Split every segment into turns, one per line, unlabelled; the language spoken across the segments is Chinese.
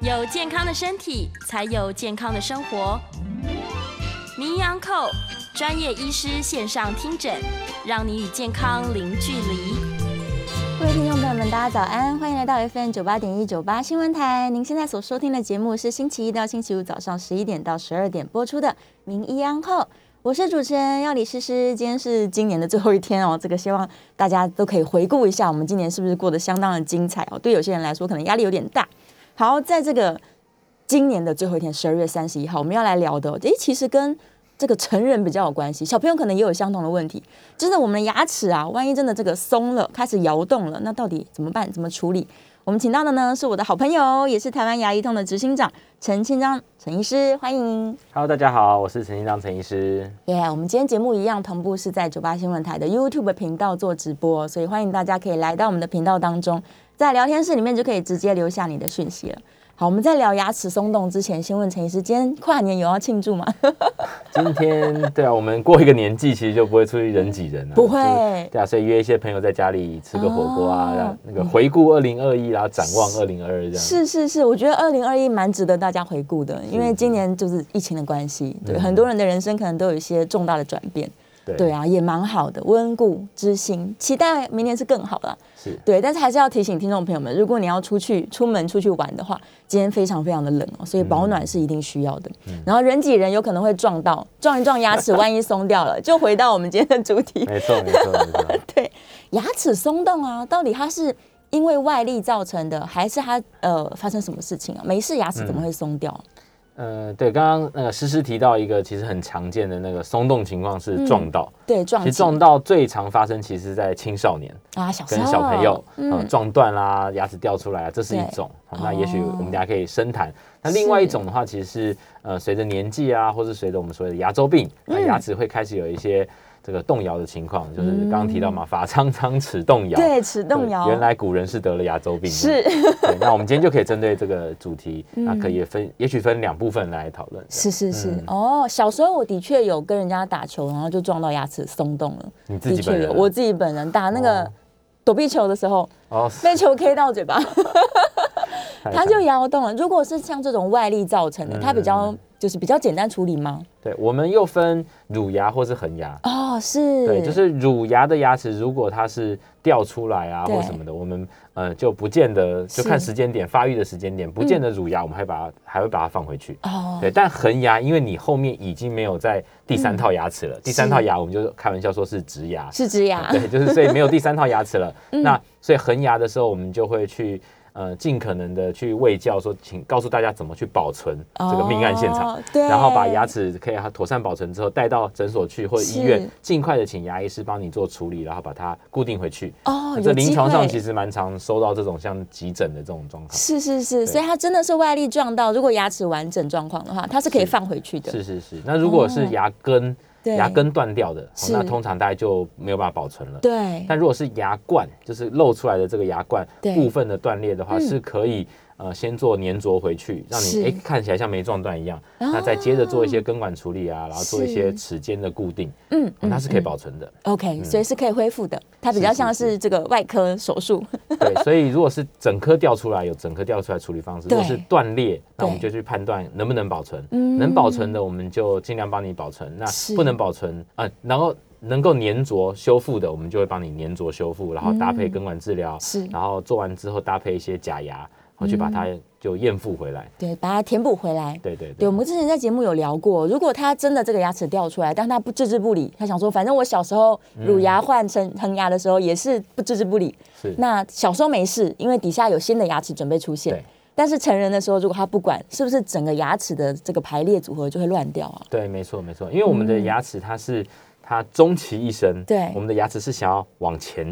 有健康的身体，才有健康的生活。名扬寇专业医师线上听诊，让你与健康零距离。
各位听众朋友们，大家早安，欢迎来到 FM 九八点一九八新闻台。您现在所收听的节目是星期一到星期五早上十一点到十二点播出的《名医安后》，我是主持人要李诗诗。今天是今年的最后一天哦，这个希望大家都可以回顾一下，我们今年是不是过得相当的精彩哦？对有些人来说，可能压力有点大。好，在这个今年的最后一天，十二月三十一号，我们要来聊的，诶，其实跟这个成人比较有关系，小朋友可能也有相同的问题。真的，我们的牙齿啊，万一真的这个松了，开始摇动了，那到底怎么办？怎么处理？我们请到的呢是我的好朋友，也是台湾牙医痛的执行长陈清章陈医师，欢迎。
Hello，大家好，我是陈医生陈医师。
耶、我们今天节目一样同步是在九八新闻台的 YouTube 频道做直播，所以欢迎大家可以来到我们的频道当中，在聊天室里面就可以直接留下你的讯息了。好，我们在聊牙齿松动之前，先问陈医师，今天跨年有要庆祝吗？
今天对啊，我们过一个年纪，其实就不会出去人挤人了、
不会
就是对啊，所以约一些朋友在家里吃个火锅啊，
哦
让那个回顾二零二一，然后展望二零二二这样。
是是是，我觉得二零二一蛮值得大家回顾的，因为今年就是疫情的关系，对、很多人的人生可能都有一些重大的转变，
嗯对
对，啊，也蛮好的，温故知新，期待明年是更好了。
是
对，但是还是要提醒听众朋友们，如果你要出去出门出去玩的话，今天非常非常的冷哦，所以
嗯
保暖是一定需要的。然后人挤人有可能会撞到，撞一撞牙 齿，万一松掉了，就回到我们今天的主题，
没错没错没错。
对，牙齿松动啊，到底它是因为外力造成的，还是它呃发生什么事情啊？没事，牙齿怎
嗯
么会松掉？
呃，对，刚刚那个诗诗提到一个其实很常见的那个松动情况
嗯
是撞到，
对，撞
其
击
实撞到最常发生其实是在青少年。
啊，小时
跟
候
小朋友嗯、
嗯，
撞断啦，牙齿掉出来啊，这是一
对
种。好
哦
那也许我们大家可以深谈。那另外一种的话，其实是呃，随着年纪啊，或是随着我们所谓的牙周病，那
嗯
牙齿会开始有一些这个动摇的情况，就是刚刚提到嘛，法苍苍齿动摇。
嗯对，齿动摇，
对原来古人是得了牙周病的。
是嗯
对，那我们今天就可以针对这个主题，那可以分，也许分两部分来讨论。
是是是、
嗯
哦，小时候我的确有跟人家打球，然后就撞到牙齿松动了，
你自
的
己本
确有，
人啊
我自己本人打那个
哦
躲避球的时候，
哦，
被球 K 到嘴巴。
哎
它
太惨
就
了
摇动了。如果是像这种外力造成的，它比较
嗯
就是比较简单处理吗？
对，我们又分乳牙或是恒牙。
哦，是，
对，就是乳牙的牙齿，如果它是掉出来啊
对
或什么的，我们呃就不见得就是看时间点发育的时间点，不见得乳牙我们还把它、还会把它放回去。
哦，
对，但恒牙，因为你后面已经没有在第三套牙齿了，第三套牙我们就开玩笑说是植牙，
嗯是啊嗯植牙，
啊对，就是所以没有第三套 牙齿了。那所以恒牙的时候，我们就会去呃尽可能的去喂教说，请告诉大家怎么去保存这个命案现场。
哦对，
然后把牙齿可以妥善保存之后，带到诊所去或医院
是，
尽快的请牙医师帮你做处理，然后把它固定回去。
哦，
这
有
临
机
床上
会
其实蛮常收到这种像急诊的这种状况。
是是是，所以它真的是外力撞到，如果牙齿完整状况的话，它是可以
是
放回去的，
是是是，那如果是牙根、
对
牙根断掉的，哦
是
那通常大概就没有办法保存了。
对，
但如果哦是牙冠，就是露出来的这个牙冠
对
部分的断裂的话，
嗯
是可以呃先做粘着回去，让
是
你哎看起来像没撞断一样。那再接着做一些根管处理啊，然后做一些
是
齿间的固定，
嗯
哦它是可以
嗯
保存的。
OK，所以是可以恢复的，它比较像
是是
是这个外科手术，
对，所以如果是整颗掉出来，有整颗掉出来处理方式；如
对
果是断裂，那
对
我们就去判断能不能保存。
嗯
能保存的，我们就尽量帮你保存；那
是
不能保存，啊，然后能够粘着修复的，我们就会帮你粘着修复，然后搭
嗯
配根管治疗，
是
然后做完之后搭配一些假牙，然后去把它就验复回来。
对，把它填补回来。
对对
对，
对
我，们之前在节目嗯有聊过，如果他真的这个牙齿掉出来，但他不置之不理，他想说，反正我小时候
嗯
乳牙换成恒牙的时候也是不置之不理。
是
那小时候没事，因为底下有新的牙齿准备出现
对。
但是成人的时候，如果他不管，是不是整个牙齿的这个排列组合就会乱掉啊？
对，没错没错，因为我们的牙齿它是它终其一生，
嗯对
我们的牙齿是想要往前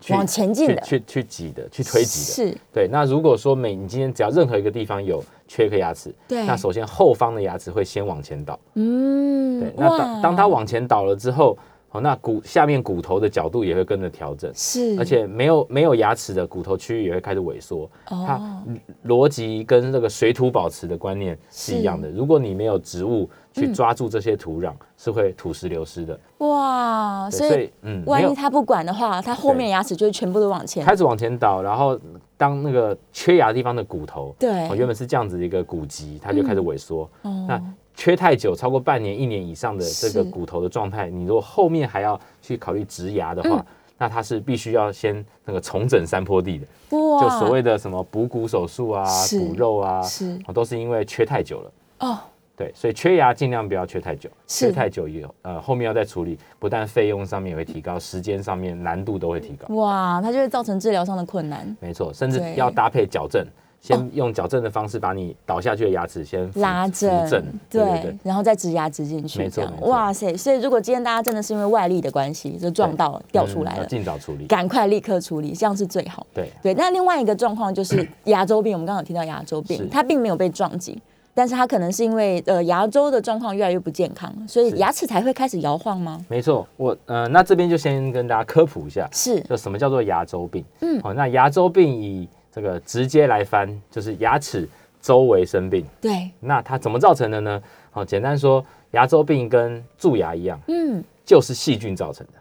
去
往前进
去
的
去去挤的，去推挤的。
是
对，那如果说每你今天只要任何一个地方有缺一颗牙齿，
对
那首先后方的牙齿会先往前倒，
嗯
对，那当当它往前倒了之后，好，那骨下面骨头的角度也会跟着调整，
是，
而且没有没有牙齿的骨头区域也会开始萎缩。它
哦，
逻辑跟这个水土保持的观念是一样的。如果你没有植物
嗯
去抓住这些土壤，是会土石流失的。
哇，
对
所以
嗯没
万一
有
他不管的话，他后面的牙齿就会全部都往前。
开始往前倒，然后当那个缺牙地方的骨头，
对嗯
哦，原本是这样子的一个骨棘，它就开始萎缩。那
哦，
缺太久，超过半年、一年以上的这
是
个骨头的状态，你如果后面还要去考虑植牙的话，
嗯
那它是必须要先那个重整山坡地的，
哇
就所谓的什么补骨手术啊、
是
补肉啊，
是
哦都是因为缺太久了。
哦，
对，所以缺牙尽量不要缺太久，
是
缺太久以后，呃，后面要再处理，不但费用上面也会提高，时间上面难度都会提高。
哇，它就会造成治疗上的困难，
没错，甚至
对
要搭配矫正，先用矫正的方式把你倒下去的牙齿先扶
哦拉
扶
正，
正，对对对
对，，然后再植牙植进去，
没
这
错没
样，
错
哇塞！所以如果今天大家真的是因为外力的关系，就撞到了掉出来
嗯要
了，
尽早处理。
赶快立刻处理，这样是最好。
对，
对，那另外一个状况就是 牙周病，我们刚刚有提到牙周
是
病，它并没有被撞击，但是它可能是因为呃牙周的状况越来越不健康，所以
是
牙齿才会开始摇晃吗？
没错，我呃，那这边就先跟大家科普一下，
是
就什么叫做牙周病。哦
嗯
好、那牙周病以这个直接来翻，就是牙齿周围生病。
对，
那它怎么造成的呢？好、简单说，牙周病跟蛀牙一样，
嗯，
就是细菌造成的。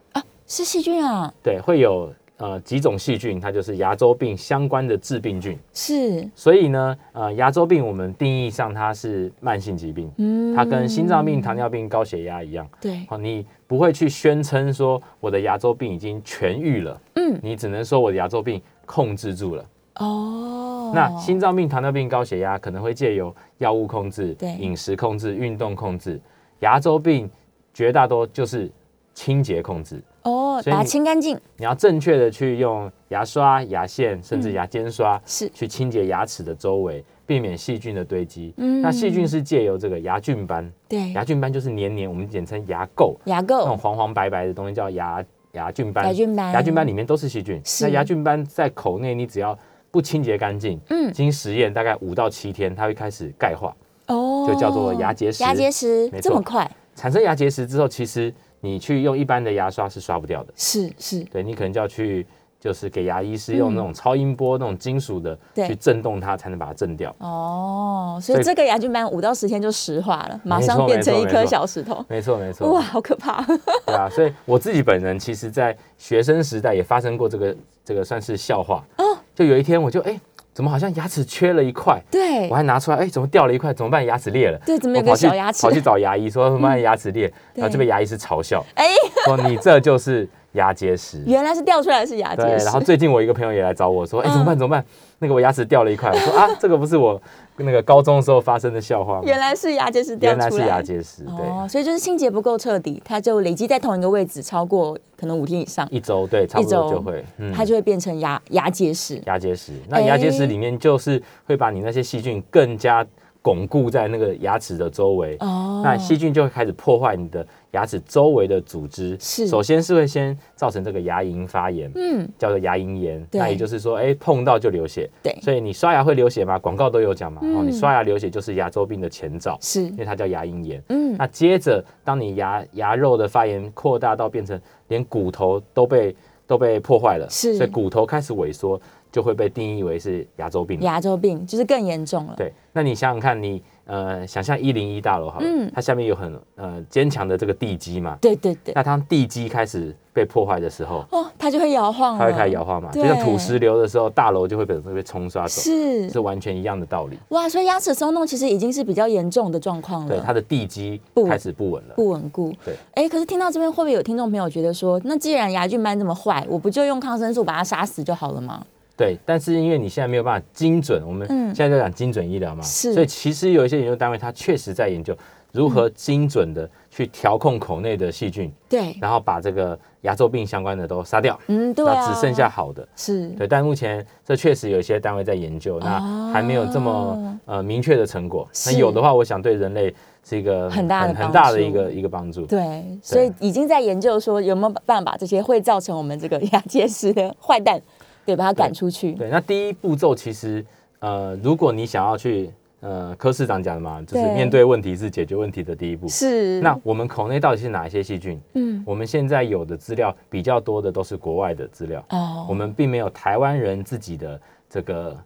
是细菌啊，
对，会有呃几种细菌，它就是牙周病相关的致病菌。
是，
所以呢，呃，牙周病我们定义上它是慢性疾病，
嗯
它跟心脏病、糖尿病、高血压一样。
对，
好，你不会去宣称说我的牙周病已经痊愈了，
嗯，
你只能说我的牙周病控制住了。
哦，
那心脏病、糖尿病、高血压可能会借由药物控制
对、
饮食控制、运动控制，牙周病绝大多就是清洁控制。
哦，
所以
把它
你
清干净
你要正确的去用牙刷、牙线甚
嗯
至牙尖刷、
是
去清洁牙齿的周围，避免细菌的堆积。
嗯
那细菌是借由这个牙菌斑，
对
牙菌斑就是黏黏，我们简称牙垢。
牙
那种
垢
黄黄白白的东西叫牙牙菌斑。
牙菌斑
牙菌斑里面都是细菌。
是
那牙菌斑在口内，你只要不清洁干净，
嗯
经实验大概五到七天，它会开始钙化，
哦，
就叫做牙结石
牙结石
没错
这么快
产生牙结石之后，其实你去用一般的牙刷是刷不掉的，
是是
对你可能就要去。就是给牙医师用
嗯
那种超音波、那种金属的
对
去震动它，才能把它震掉。
哦，所
所
以
以
这个牙菌斑五到十天就石化了，马上
没错
变成
没
一
错
颗
没错
小石头，
没错，没错。
哇，好可怕！
对啊，所以我自己本人其实，在学生时代也发生过这个这个算是笑话。
哦
就有一天我就哎、怎么好像牙齿缺了一块？
对
我，还拿出来，哎、怎么掉了一块？怎么办？牙齿裂了。
对怎么有
我
个
跑去
小牙齿
跑去找牙 医说，怎么办？牙齿裂，然后就
对
被牙医师嘲笑，
哎，
说你这就是牙 结石。
原来是掉出来的是牙
对
结，石，
然后最近我一个朋友也来找我说，哎、
嗯
怎么办？怎么办？那个我牙齿掉了一块。我说啊，这个不是我那个高中的时候发生的笑话吗？
原来是牙结石掉
原
出来，
来是牙结石，对，
哦，所以就是清洁不够彻底，它就累积在同一个位置超过可能五天以上，
一周对，差不
一
多
周
就会，嗯
它就会变成牙牙结石。
牙结石。那牙结石里面就是会把你那些细菌更加巩固在那个牙齿的周围。
哦，
那细菌就会开始破坏你的牙齿周围的组织，
是
首先是会先造成这个牙龈发炎，
嗯，
叫做牙龈炎。
对
那也就是说，哎、碰到就流血。
对，
所以你刷牙会流血吗？广告都有讲嘛，哦，
嗯
你刷牙流血就是牙周病的前兆，
是
因，为它叫牙龈炎。
嗯，
那接着，当你牙牙肉的发炎扩大到变成连骨头都被都被破坏了，
是
所以骨头开始萎缩，就会被定义为是牙周病了。
牙周病就是更严重了。
对，那你想想看你，呃，想象一零一大楼好了，
嗯
它下面有很呃坚强的这个地基嘛，
对对对，
那当地基开始被破坏的时候，
哦，它就会摇晃了，
它会开始摇晃嘛，
哦对
就像土石流的时候，大楼就会被被冲刷走，
是
是完全一样的道理。
哇，所以牙齿松动其实已经是比较严重的状况
对，
了，
它的地基
不稳
开始不稳了。
不稳固。
对，
哎，可是听到这边会不会有听众朋友觉得说，那既然牙菌斑这么坏，我不就用抗生素把它杀死就好了吗？
对，但是因为你现在没有办法精准，我们
嗯
现在在讲精准医疗嘛，
是
所以其实有一些研究单位，它确实在研究如何精准的去调控口内的细菌，
对，
然后把这个牙周病相关的都杀掉，
嗯，对
那
啊，
只剩下好的。
是
对，但目前这确实有一些单位在研究，那还没有这么呃明确的成果。那
哦是
有的话，我想对人类是一个
很大的
很大
帮
的
助
一个一个帮助。
对，所以已经在研究说有没有办法把这些会造成我们这个 牙结石的坏蛋，对，把它赶出去。
对，那第一步骤其实呃，如果你想要去呃柯市长讲的嘛，就是
对
面对问题是解决问题的第一步。
是，
那我们口内到底是哪一些细菌？
嗯
我们现在有的资料比较多的都是国外的资料，
哦，
我们并没有台湾人自己的这个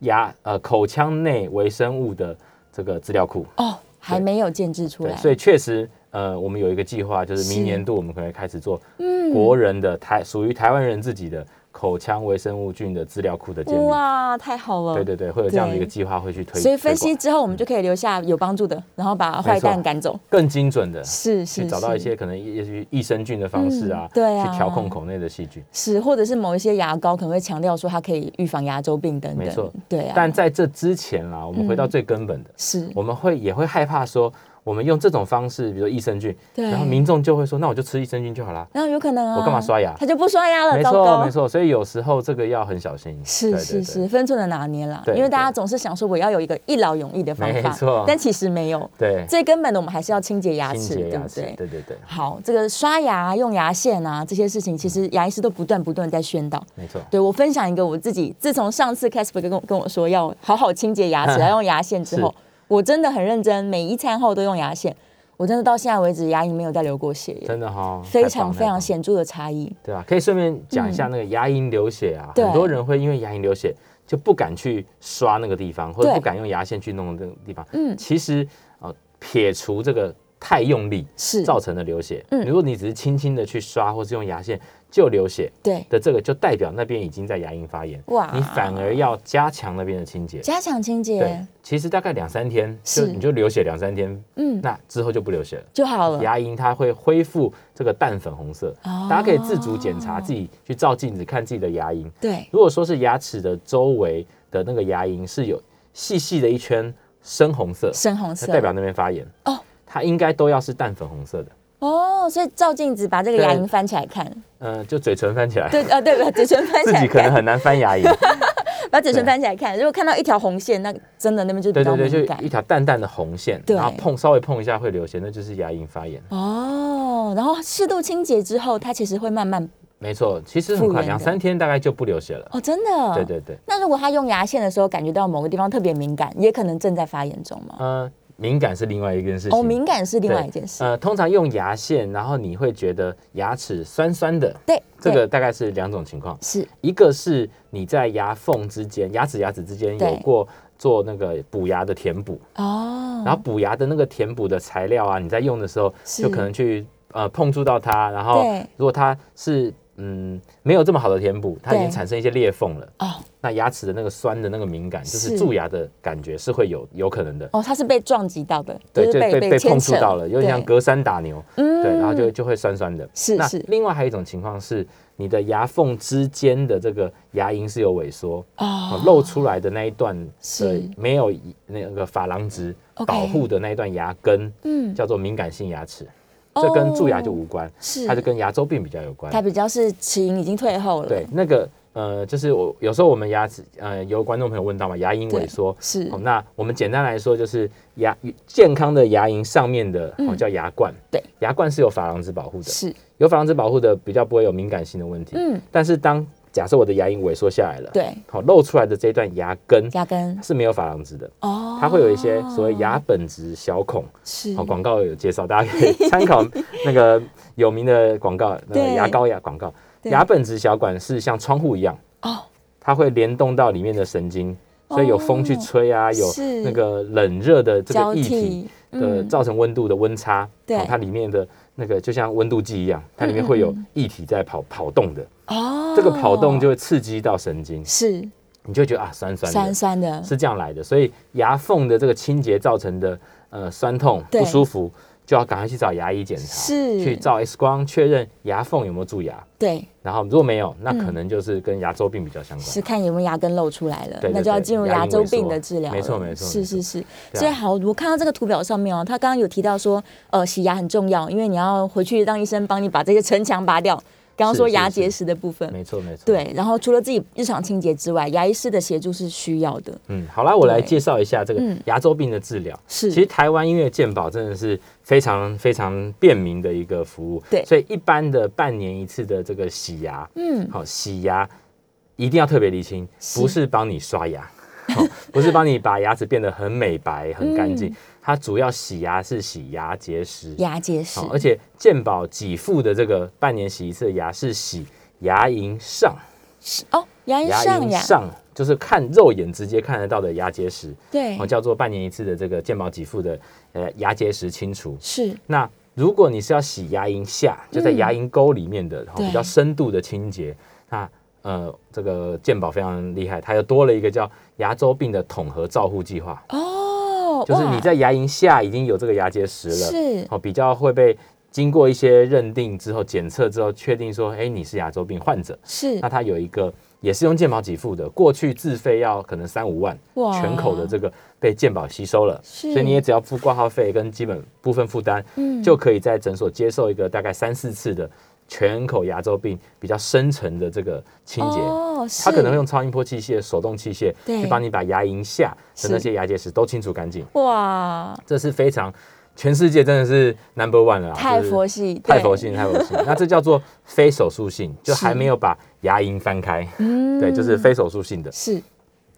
牙呃口腔内微生物的这个资料库。
哦还没有建制出
对，
来，
所以确实，呃，我们有一个计划，就是
是嗯
明年度我们可能开始做国人的台属于台湾人自己的口腔微生物菌的资料库的建立。
哇，太好了，
对对对，会有这样的一个
哦对
计划会去推。
所以分析
推广
之后，我们就可以留下有帮助的，然后把坏蛋赶走。
更精准的
是
去
是，
找到一
是
些可能也许益生菌的方式啊
嗯，对啊
去调控口内的细菌。
是，或者是某一些牙膏可能会强调说它可以预防牙周病等等。
没错
对啊。嗯
但在这之前啊啦，我们回到最根本的，
是
我们会也会害怕说，我们用这种方式，比如说益生菌，
对
然后民众就会说，那我就吃益生菌就好啦。
然后有可能啊，
我干嘛刷牙
他就不刷牙了，
没
糟糕，
错没，错，所以有时候这个要很小心。
是
对
是，
对
是，分寸的拿捏啦，
对
因为大家
对
总是想说我要有一个一劳永逸的方法，
没错
但其实没有，
对，
最根本的我们还是要清洁牙
清
齿，
洁
对
牙
不
齿，
对？
对对对，
好，这个刷牙、用牙线啊，这些事情，其实牙医师都不断不断地在宣导。
没错。
对我分享一个我自己，自从上次 Casper 跟我跟我说要好好清洁 牙齿，要用牙线之后
是，
我真的很认真，每一餐后都用牙线。我真的到现在为止，牙龈没有再流过血耶，
真的哈、
非
太棒
常非常，
太
显著的差异。
棒对啊，可以顺便讲一下那个牙龈流血啊，
嗯对
很多人会因为牙龈流血就不敢去刷那个地方，或者
对
不敢用牙线去弄那个地方。
嗯
其实呃，撇除这个太用力
是，
造成的流血，
嗯
如果你只是轻轻的去刷或是用牙线就流血
对，
的这个，就代表那边已经在牙龈发炎，
哇
你反而要加强那边的清洁。
加强清
对
洁，，
其实大概两三天，就是你就流血两三天，
嗯，
那之后就不流血了。
就好了。
牙龈它会恢复这个淡粉红色，
哦
大家可以自主检查自己去照镜子看自己的牙龈。
对，
如果说是牙齿的周围的那个牙龈是有细细的一圈深红色，
深红
它
色
代表那边发炎
哦，
它应该都要是淡粉红色的。
哦，所以照镜子把这个牙
对
龈翻起来看，
呃，就嘴唇翻起来，
对，呃，对，把嘴唇翻起
自
来
己可能
看，
很难翻牙龈。
把嘴唇
对
翻起来看，如果看到一条红线，那真的那边就比
对
较
对对，
敏
就
感
一。条淡淡的红线，
对
然后碰稍微碰一下会流血，那就是牙龈发炎。
哦，然后适度清洁之后，它其实会慢慢
没错，其实
复
很
原
快，
的
两三天大概就不流血了。
哦，真的。
对。对对，
那如果他用牙线的时候感觉到某个地方特别敏感，也可能正在发炎中吗？
呃，敏感是另外一件事情。
哦，敏感是另
对
外一件事。
呃，通常用牙线，然后你会觉得牙齿酸酸的，
对，
这
对
个大概是两种情况，
是
一个是你在牙缝之间，牙齿牙齿之间
对
有过做那个补牙的填补，
哦。
然后补牙的那个填补的材料啊，你在用的时候
是
就可能去呃碰触到它，然后
对
如果它是嗯没有这么好的填补，它已经
对
产生一些裂缝了，
哦
那牙齿的那个酸的那个敏感，就是
是
蛀牙的感觉是会有有可能的。
哦，他是被撞击到的，
对，
就
就是被被
牵
碰触
扯
到了，有点像
对
隔山打牛，
嗯
对，然后就就会酸酸的。
是
那
是
另外还有一种情况是，你的牙缝之间的这个牙龈是有萎缩，
哦
哦，露出来的那一段
是
呃没有那个珐琅质
OK
保护的那一段牙根，
嗯
叫做敏感性牙齿，
哦
这跟蛀牙就无关，
是
它就跟牙周病比较有关
它。比较是齿龈已经退后了，
对，那个呃，就是我有时候我们牙齿呃，有观众朋友问到嘛，牙龈
对
萎缩。
是
哦，那我们简单来说，就是牙健康的牙龈上面的哦
嗯
叫牙冠，
对，
牙冠是有珐琅质保护的，
是，
有珐琅质保护的比较不会有敏感性的问题。
嗯，
但是当假设我的牙龈萎缩下来了，，
对，
好、露出来的这段牙根
牙根
是没有珐琅质的，
哦，嗯
它会有一些所谓牙本质小孔。
是
好、广告有介绍，大 家可以参考那个有名的广告，那个
对
牙膏牙广告，
对
牙本质小管是像窗户一样，
哦，
它会联动到里面的神经。所以有风去
哦
吹啊，有
是
那个冷热的这
交
个液体，
替
的
嗯
造成温度的温差，
对嗯
哦它里面的那个就像温度计一样，它里面会有液体在跑跑动的，
哦，
这个跑动就会刺激到神经，
是
你就会觉得啊酸酸的，
哦酸酸的，
是这样来的。所以牙缝的这个清洁造成的呃酸痛
对
不舒服，就要赶快去找牙医检查，
是
去照 X 光确认牙缝有没有蛀牙，
对，
然后如果没有，那可能就是跟牙周病比较相关。
嗯是看有没有牙根露出来了，
对对
那就要
对
进入
牙
牙
龈
周
萎
病
缩
的治疗了。
没错没错
是
没
是是。
对啊
所以好，我看到这个图表上面哦，他刚刚有提到说，呃，洗牙很重要，因为你要回去让医生帮你把这些城墙拔掉。刚刚
是
说
是
牙
是
结石的部分，
没错没错，。
对，然后除了自己日常清洁之外，牙医师的协助是需要的。
嗯，好啦，我来
对
介绍一下这个
嗯
牙周病的治疗。
是
其实台湾因为健保真的是非常非常便民的一个服务，
对
所以一般的半年一次的这个洗牙，
嗯，
好、洗牙一定要特别厘清，
是
不是帮你刷牙， 哦不是帮你把牙齿变得很美白、很干净，它主要洗牙是洗牙结石。
嗯牙结石
好，，而且健保给付的这个半年洗一次的牙是洗牙龈上，
哦，牙龈
牙
上
龈
呀，
上就是看肉眼直接看得到的牙结石，
对
哦，，叫做半年一次的这个健保给付的呃牙结石清除。
是
那如果你是要洗牙龈下，就在牙龈沟里面的、哦
对
比较深度的清洁，那呃这个健保非常厉害，它又多了一个叫牙周病的统合照护计划，
哦，
就是
哇
你在牙龈下已经有这个牙结石了，
是
哦，比较会被经过一些认定之后、检测之后，确定说，哎，你是牙周病患者。
是
那它有一个也是用健保给付的，过去自费要可能三五万，
哇
全口的这个被健保吸收了，
是
所以你也只要付挂号费跟基本部分负担，
嗯
就可以在诊所接受一个大概三四次的全口牙周病比较深层的这个清洁。
哦，
它可能会
是
用超音波器械、手动器械
对
去帮你把牙龈下的那
是
些牙结石都清除干净。
哇，
这是非常全世界真的是 number one 了啦，
太
就是
佛系，
太
对
佛，性，太佛性。那这叫做非手术性，就是还没有把牙龈翻开，
嗯
对，就是非手术性的。
是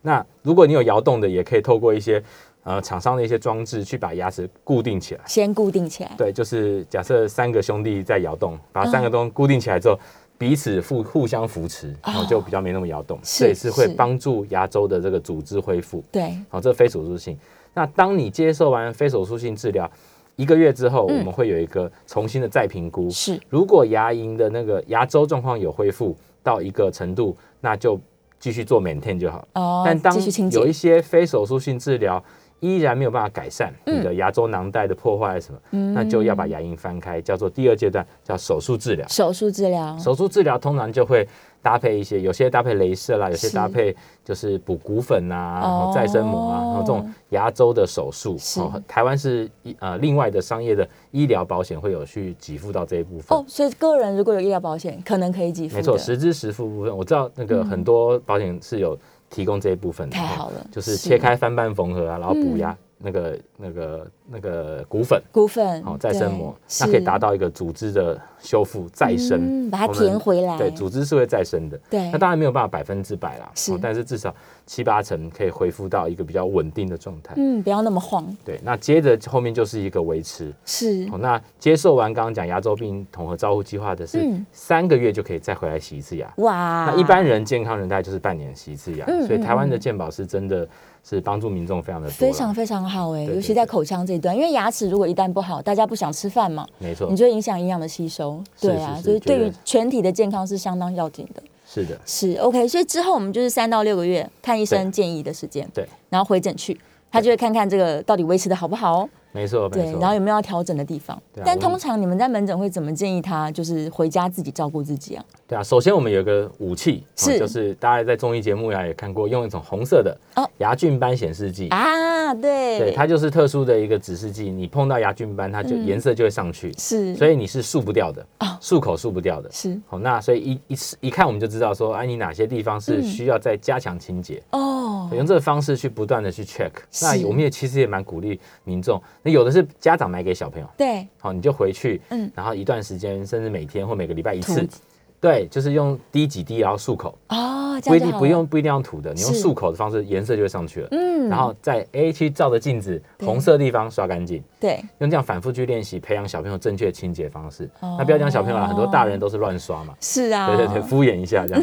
那如果你有摇动的，也可以透过一些呃厂商的一些装置去把牙齿固定起来。
先固定起来，
对，就是假设三个兄弟在摇动，把
嗯
三个东西固定起来之后，彼此互互相扶持，然后就比较没那么摇动，
哦是
这也是会
是
帮助牙周的这个组织恢复。
对，
好，这非手术性。那当你接受完非手术性治疗一个月之后，
嗯
我们会有一个重新的再评估。
是
如果牙龈的那个牙周状况有恢复到一个程度，那就继续做 maintain 就好。
哦，
但当
继续清洁
有一些非手术性治疗依然没有办法改善
嗯
你的牙周囊袋的破坏什么，那就要把牙龈翻开，叫做第二阶段，叫手术治疗。
手术治疗，
手术治疗通常就会搭配一些，有些搭配镭射啦，有些
是
搭配就是补骨粉啊，然后再生膜啊，
哦
然后这种牙周的手术。哦
是
台湾是一呃另外的商业的医疗保险会有去给付到这一部分。
哦，所以个人如果有医疗保险，可能可以给付的，嗯
没错，实支实付部分，我知道那个很多保险是有提供这一部分的，
太
哦
好了
就是
是嗯
切开翻瓣缝合啊，然后补牙、那个那个那个骨粉，
股份
哦，再生膜，
对
那可以
是
达到一个组织的修复再生，
嗯把它
我们
填回来
对，组织是会再生的，
对
那当然没有办法百分之百啦，
是
哦但是至少七八成可以恢复到一个比较稳定的状态。
嗯，不要那么慌，
对，那接着后面就是一个维持。
是
哦，那接受完刚刚讲牙周病统合照护计划的是
嗯
三个月就可以再回来洗一次牙。
哇，
那一般人健康人大概就是半年洗一次牙，
嗯
所以
嗯
台湾的
嗯
健保是真的是帮助民众非常的多啦，
非常非常好哎，
对对
尤其在
对
口腔这一段，因为牙齿如果一旦不好，大家不想吃饭嘛，
没错
你，就会影响营养的吸收，
嗯是
对啊，
是是
就是对
绝
于
对
全体的健康是相当要紧的。
是的，
是 OK，所以之后我们就是三到六个月看医生
对
建议的时间，
对，
然后回诊去，他就会看看这个到底维持的好不好哦，
没错，
对
没，错。
然后有没有要调整的地方
对。啊
但
我们
通常你们在门诊会怎么建议他，就是回家自己照顾自己啊？
对啊，首先我们有一个武器，哦
是
就是大家在综艺节目呀也看过，用一种红色的
哦
牙菌斑显示剂。
啊，对，嗯
嗯对，它就是特殊的一个指示剂，你碰到牙菌斑，它就颜色就会上去，
是，
所以你是漱不掉的
哦，
漱口漱不掉的。
是
好，那所以一一次一看我们就知道说，哎、你哪些地方是需要再加强清洁。
嗯哦，
用这个方式去不断的去 check，
是
那我们也其实也蛮鼓励民众，那有的是家长买给小朋友，
对，
好，你就回去，
嗯
然后一段时间，甚至每天或每个礼拜一次
涂，
对，就是用滴几滴，然后漱口，
哦，这
不一
样就
定
好
不
了
用，不一定要涂的，你用
是
漱口的方式，颜色就会上去了。
嗯，
然后在 A 区照着镜子，
对
红色的地方刷干净，
对，
用这样反复去练习，培养小朋友正确清洁方式。
哦
那不要讲小朋友了，很多大人都是乱刷嘛。
是啊，
对对对，敷衍一下这样。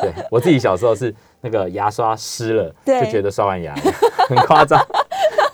对我自己小时候是那个牙刷湿了，
对
就觉得刷完牙了很夸张。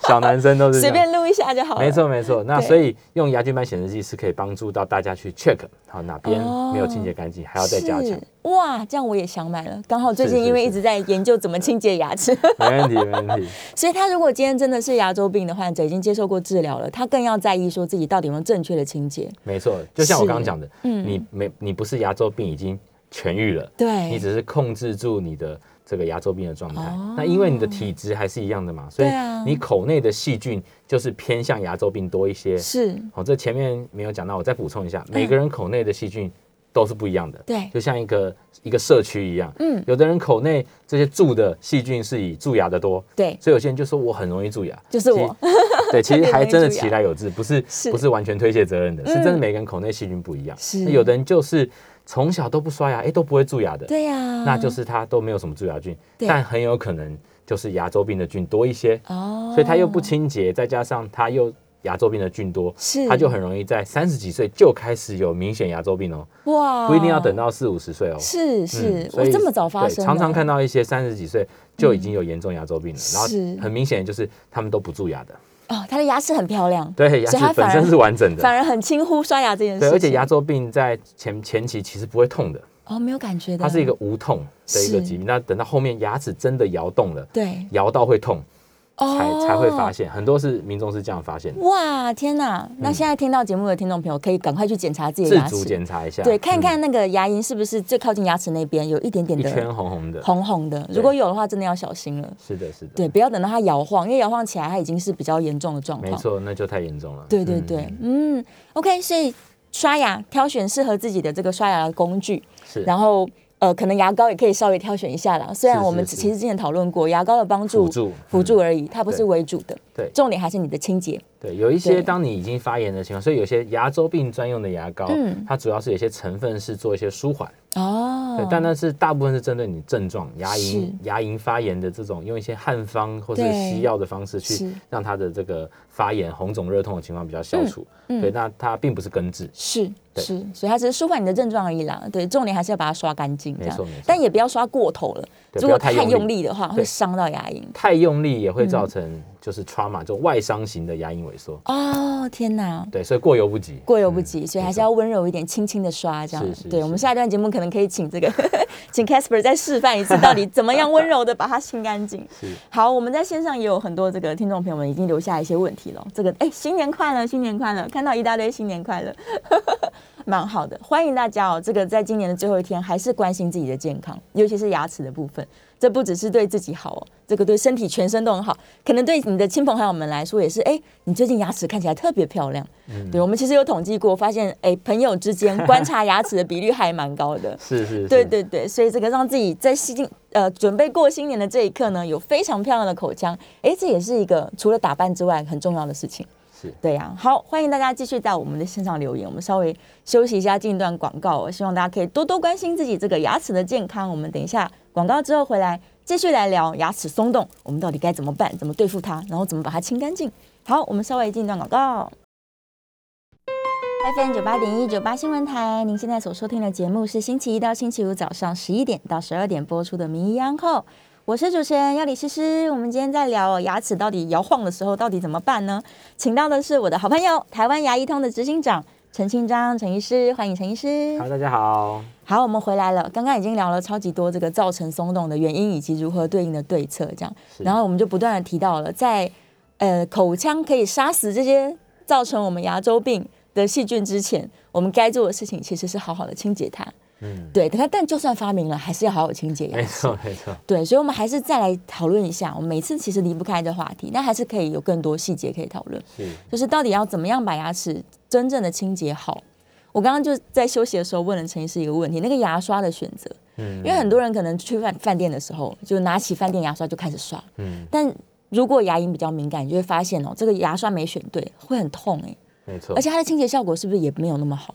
小男生都是
随
这样
便录一下就好了，
没错没错，那
对
所以用牙菌斑显示剂是可以帮助到大家去 check 好哪边没有清洁干净，还要再加强
哦是。哇，这样我也想买了。刚好最
是
近
是
因为
是
一直在研究怎么清洁牙齿，
没问题没问题，
所以他如果今天真的是牙周病的患者，已经接受过治疗了，他更要在意说自己到底有没有正确的清洁。
没错，就像我
是
刚刚讲的，
嗯
你没你不是牙周病已经痊愈了，
对，
你只是控制住你的这个牙周病的状态
哦。
那因为你的体质还是一样的嘛，所以
对啊
你口内的细菌就是偏向牙周病多一些。
是嗯
好，这前面没有讲到，我再补充一下，每个人口内的细菌都是不一样的。
对
就像一个一个社区一样，
嗯
有的人口内这些蛀的细菌是以蛀牙的多，
对，
所以有些人就说我很容易蛀牙，
就是我
其实。 对，其实还真的
特别容易蛀牙
其来有自，不是
是
不是完全推卸责任的，是真的
嗯
每个人口内细菌不一样。
是
那有的人就是从小都不刷牙，哎，都不会�蛀牙的，
对呀、啊
那就是他都没有什么蛀牙菌，
对
但很有可能就是牙周病的菌多一些，
哦，
所以它又不清洁，再加上它又牙周病的菌多，
是
它就很容易在三十几岁就开始有明显牙周病哦，
哇，
不一定要等到四五十岁哦。
是
嗯
是，
所
我
以
这么早发
对
生，嗯
常常看。到一些三十几岁就已经有严重牙周病了，然
是
后很明显就是他们都不�蛀牙的，
哦，他的牙齿很漂亮，
对，牙
所以它
齿本
反而
身是完整
反
的，
而很轻忽刷牙这件事
对，
情。
而且牙周病在前前期其实不会痛的，
哦没有感觉的，
它是一个无痛的一个
是
疾病。那等到后面牙齿真的摇动了，
对
摇到会痛，才
哦
才会发。现，很多是民众是这样发现的，
哇天哪！那现在听到节目的听众朋友，可以赶快去检查自己的
嗯自
牙
主
齿，
检查一下，
对，看
嗯
看那个牙龈是不是最靠近牙齿那边有一点点
一
的
圈红红的，
红红的，如果有的话，真的要小心了。
是的，是的，
对，不要等到它摇晃，因为摇晃起来它已经是比较严重的状
没
况。
错，那就太严重了。
对对
嗯
对，嗯 o k 所以刷牙挑选适合自己的这个刷牙的工具，
是，
然后呃，可能牙膏也可以稍微挑选一下啦。虽然
是
我们
是
其实之前讨论过，牙膏的帮助
辅助
辅
嗯
助而已，它不是
对
为主的。
对
重点还是你的清洁。
对，有一
对
些当你已经发炎的情况，所以有些牙周病专用的牙膏，
嗯
它主要是有些成分是做一些舒缓，
哦
对，但那是大部分是针对你症状，牙龈
是
牙龈发炎的这种，用一些汉方或是
对
西药的方式去
是
让它的这个发炎、红肿、热痛的情况比较消除。
嗯
对，那它并不是根治，
是
对
是，所以它只是舒缓你的症状而已啦。对，重点还是要把它刷干净，这样
没错没错
但也不要刷过头了，如
对不
果
要
太
太
用
用
力的话，会
对
伤到牙龈。
太用力也会造
嗯
成就是 trauma，、就外伤型的牙龈萎缩。
哦，天哪！
对，所以过犹不及，
过犹不及，所以
嗯没
还是要温柔一点，轻轻的刷这样
是。是
对，我们
是
下一段节目可能可以请这个， 请 Casper 再示范一次，到底怎么样温柔的把它清干净。
是
好，我们在线上也有很多这个听众朋友们已经留下一些问题了。这个哎，新年快乐，新年快乐，看到一大堆新年快乐， 蛮好的。欢迎大家哦，这个在今年的最后一天，还是关心自己的健康，尤其是牙齿的部分。这不只是对自己好哦，这个对身体全身都很好，可能对你的亲朋好友们来说也是。哎，你最近牙齿看起来特别漂亮。对，我们其实有统计过，发现哎，朋友之间观察牙齿的比率还蛮高的。
是是，
对
是，
对对，所以这个让自己在新呃准备过新年的这一刻呢，有非常漂亮的口腔，哎，这也是一个除了打扮之外很重要的事情。
是
对呀、好，欢迎大家继续在我们的线上留言，我们稍微休息一下，进一段广告哦。希望大家可以多多关心自己这个牙齿的健康。我们等一下广告之后回来继续来聊牙齿松动，我们到底该怎么办，怎么对付它，然后怎么把它清干净。好，我们稍微进一段广告。FM 九八点一九八新闻台，您现在所收听的节目是星期一到星期五早上十一点到十二点播出的《名医安后》，我是主持人要李诗诗。我们今天在聊哦牙齿到底摇晃的时候到底怎么办呢？请到的是我的好朋友台湾牙医通的执行长陈清章陈医师，欢迎陈医师
好，。大家好，
好，我们回来了。刚刚已经聊了超级多这个造成松动的原因以及如何对应的对策，这样。
是
然后我们就不断的提到了，在呃口腔可以杀死这些造成我们牙周病的细菌之前，我们该做的事情其实是好好的清洁它。
嗯，
对，但它但就算发明了，还是要好好清洁牙
没
齿。
错没错，
对，所以我们还是再来讨论一下。我们每次其实离不开这话题，但还是可以有更多细节可以讨论。
是
就是到底要怎么样把牙齿真正的清洁好？我刚刚就在休息的时候问了陈医师一个问题，那个牙刷的选择，
嗯
因为很多人可能去饭饭店的时候，就拿起饭店牙刷就开始刷，
嗯，
但如果牙龈比较敏感，你就会发现哦，这个牙刷没选对，会很痛哎、
没错
而。且它的清洁效果是不是也没有那么好？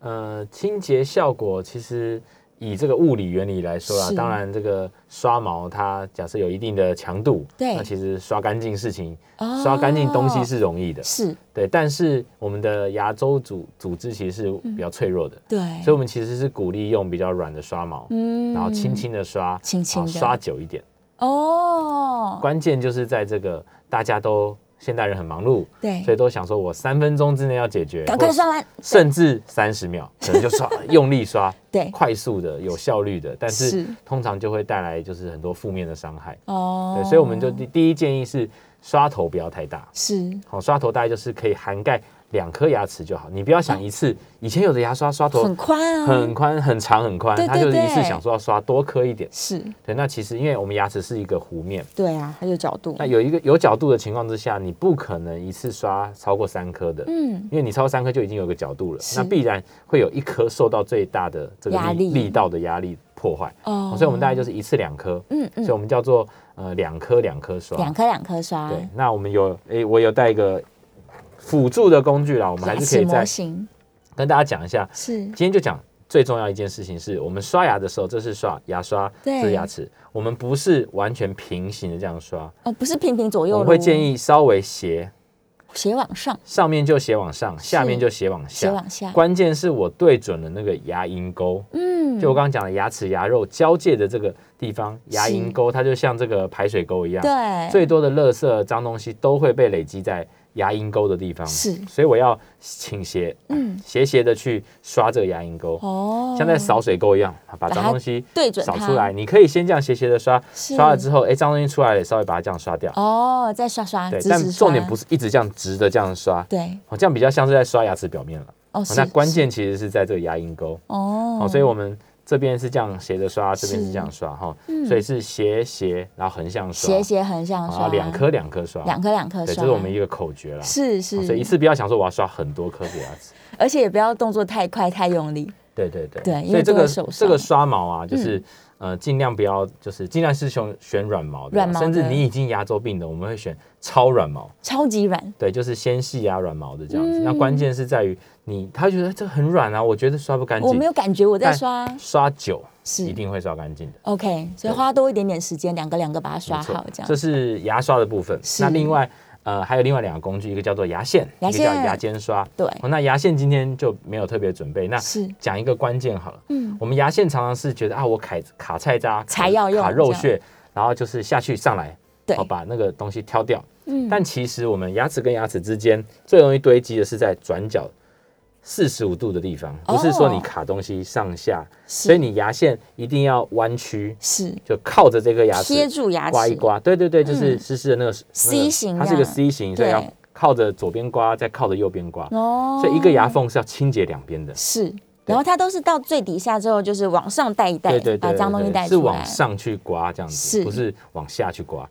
呃，清洁效果其实以这个物理原理来说啊
是，
当然这个刷毛它假设有一定的强度，
对
那其实刷干净事情，
哦
刷干净东西是容易的，
是，
对。但是我们的牙周组组织其实是比较脆弱的，
嗯对，
所以我们其实是鼓励用比较软的刷毛，
嗯
然后轻轻的刷，
轻轻
然后
地
刷久一点。
哦，
关键就是在这个大家都现代人很忙碌，
对
所以都想说我三分钟之内要解决，
赶快
或
刷完，
甚至三十秒，可能就 刷用力刷，
对
快速的、有效率的，但是
哦是
通常就会带来就是很多负面的伤害。
哦，
对，所以我们就第第一建议是刷头不要太大，
是
好，刷头大概就是可以涵盖两颗牙齿就好，你不要想一次。以前有的牙刷刷头
很宽啊，
很宽、很长、很宽
对，
它就是
对
一次
对
想说要刷多颗一点。
是，
对，那其实因为我们牙齿是一个弧面，
对啊，它有角度
那，有一个有角度的情况之下，你不可能一次刷超过三颗的。
嗯，
因为你超过三颗就已经有一个角度了，
是
那必然会有一颗受到最大的这个
压力
力力道的压力破坏。
哦
所以我们大概就是一次两颗，
嗯嗯
所以我们叫做呃两颗两颗刷。
两颗两颗刷，
对，那我们有诶、我有带一个辅助的工具啦，我们还
牙
是可
齿
以
模
再
型
跟大家讲一下。
是
今天就讲最重要一件事情是我们刷牙的时候，这是刷牙刷，
对
这是牙齿，我们不是完全平行的这样刷，
哦，不是平平左右
我
咯，
们会建议稍微斜，
斜往上，
上面就斜往上，下面就斜往
斜
下。
往下，
关键是我对准了那个牙龈沟，
嗯，
就我刚刚讲的牙齿牙肉交界的这个地方，牙龈
是
沟它就像这个排水沟一样，
对，
最多的垃圾脏东西都会被累积在牙龈沟的地方，
是
所以我要倾斜，
嗯
斜斜的去刷这个牙龈沟，
哦，
像在扫水沟一样，把脏东西
对准
扫
它
出来。你可以先这样斜斜的刷，
是
刷了之后，哎，脏东西出来了，稍微把它这样刷掉。
哦，再刷刷，
对，
直
但
直刷
重点不是一直这样直的这样刷，
对
哦，这样比较像是在刷牙齿表面了。
哦，
哦
是
那关
是
键其实是在这个牙龈沟。
哦
哦，，所以我们这边是这样斜着刷，这边是这样刷哈，所以是斜斜，然后横向刷，
嗯斜斜横向
然
刷
后啊两颗两颗刷，
两颗两颗
对，这
刷，
是我们一个口诀啦。
是
哦
是，
所以一次不要想说我要刷很多颗给牙齿。
而且也不要动作太快太用力，
对对对。
对因为
所以这
都会
个
受
这个
伤
刷毛啊，
嗯
就是呃尽量不要，就是尽量是选选软毛的啦，
软毛
甚至
的
你已经牙周病的，我们会选超软毛，
超级软，
对，就是纤细牙软毛的这样子。
嗯
那关键是在于你，他觉得这很软啊，我觉得刷不干净。
我没有感觉我在
但
刷，
刷久
是
一定会刷干净的。
OK，所以
对
花多一点点时间，两个两个把它刷
没错
好，这样
这是牙刷的部分。
是
那另外，呃，还有另外两个工具，一个叫做牙线，
牙
一个
线
叫牙尖刷。
对
哦，那牙线今天就没有特别准备。那
是
讲一个关键好了。
嗯
嗯，我们牙线常常是觉得啊，我卡卡菜渣、卡
才要用
卡肉屑，然后就是下去上来，
对
哦，把那个东西挑掉。
嗯
但其实我们牙齿跟牙齿之间最容易堆积的是在转角。四十五度的地方，不是说
哦
你卡东西上下，
是
所以你牙线一定要弯曲，
是
就靠着这颗牙齿
贴住牙齿，
刮一刮，对对对，就是湿湿的那个
C 嗯型
那个它
这
是个
样
C 型，所以要
对
靠着左边刮，再靠着右边刮，
哦
所以一个牙缝是要清洁两边的。
是，然后它都是到最底下之后，就是往上带一带，
对对对
把
对
脏东西
对
带
对，是
出来
往。上去刮这样子，
是
不是往下 去刮。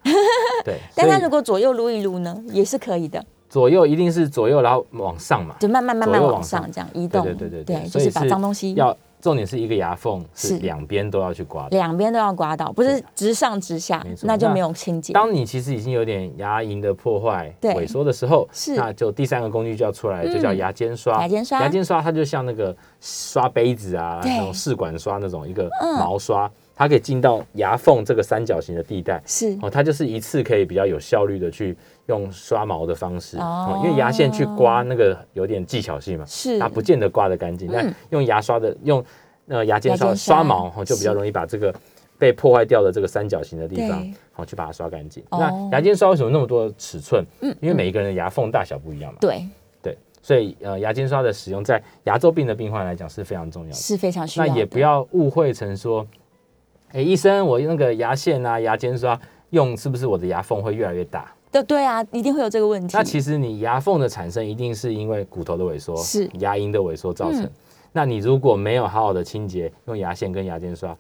对，
但
所
它
以
如果左右撸一撸呢，也是可以的，
左右一定是左右，然后往上嘛。
就慢慢慢慢
左
往
右往上
上这样移
对
动，
对对对对，
就是把脏东西
要重点是一个牙缝
是
是两边都要去刮的。
两边都要刮到，不是直上直下
没，错
那就
那
没有清洁。
当你其实已经有点牙龈的破坏、
对
萎缩的时候，
是
那就第三个工具就要出来了，
嗯
就叫牙尖刷。
牙尖刷
牙尖刷它就像那个刷杯子啊，
啊对
那种试管刷那种一个
嗯
毛刷，它可以进到牙缝这个三角形的地带。
是
哦，它就是一次可以比较有效率的去用刷毛的方式，
哦
因为牙线去刮那个有点技巧性嘛，
是嗯
它不见得刮得干净，但用牙刷的用呃牙尖
牙
刷
尖刷
刷毛、哦，就比较
是
容易把这个被破坏掉的这个三角形的地
对
方，好、去把它刷干净。
哦嗯
那牙尖刷为什么那么多尺寸？因为每一个人的牙缝大小不一样嘛，
对，
对，所以呃牙尖刷的使用在牙周病的病患来讲是非常重要的。
是非常需
那
要的。
也不要误会成说，哎，医生，我那个牙线啊、牙尖刷用是不是我的牙缝会越来越大？
对对啊，一定会有这个问题。
那其实你牙缝的产生一定是因为骨头的萎缩、
是
牙龈的萎缩造成。
嗯
那你如果没有好好的清洁，用牙线跟牙尖刷，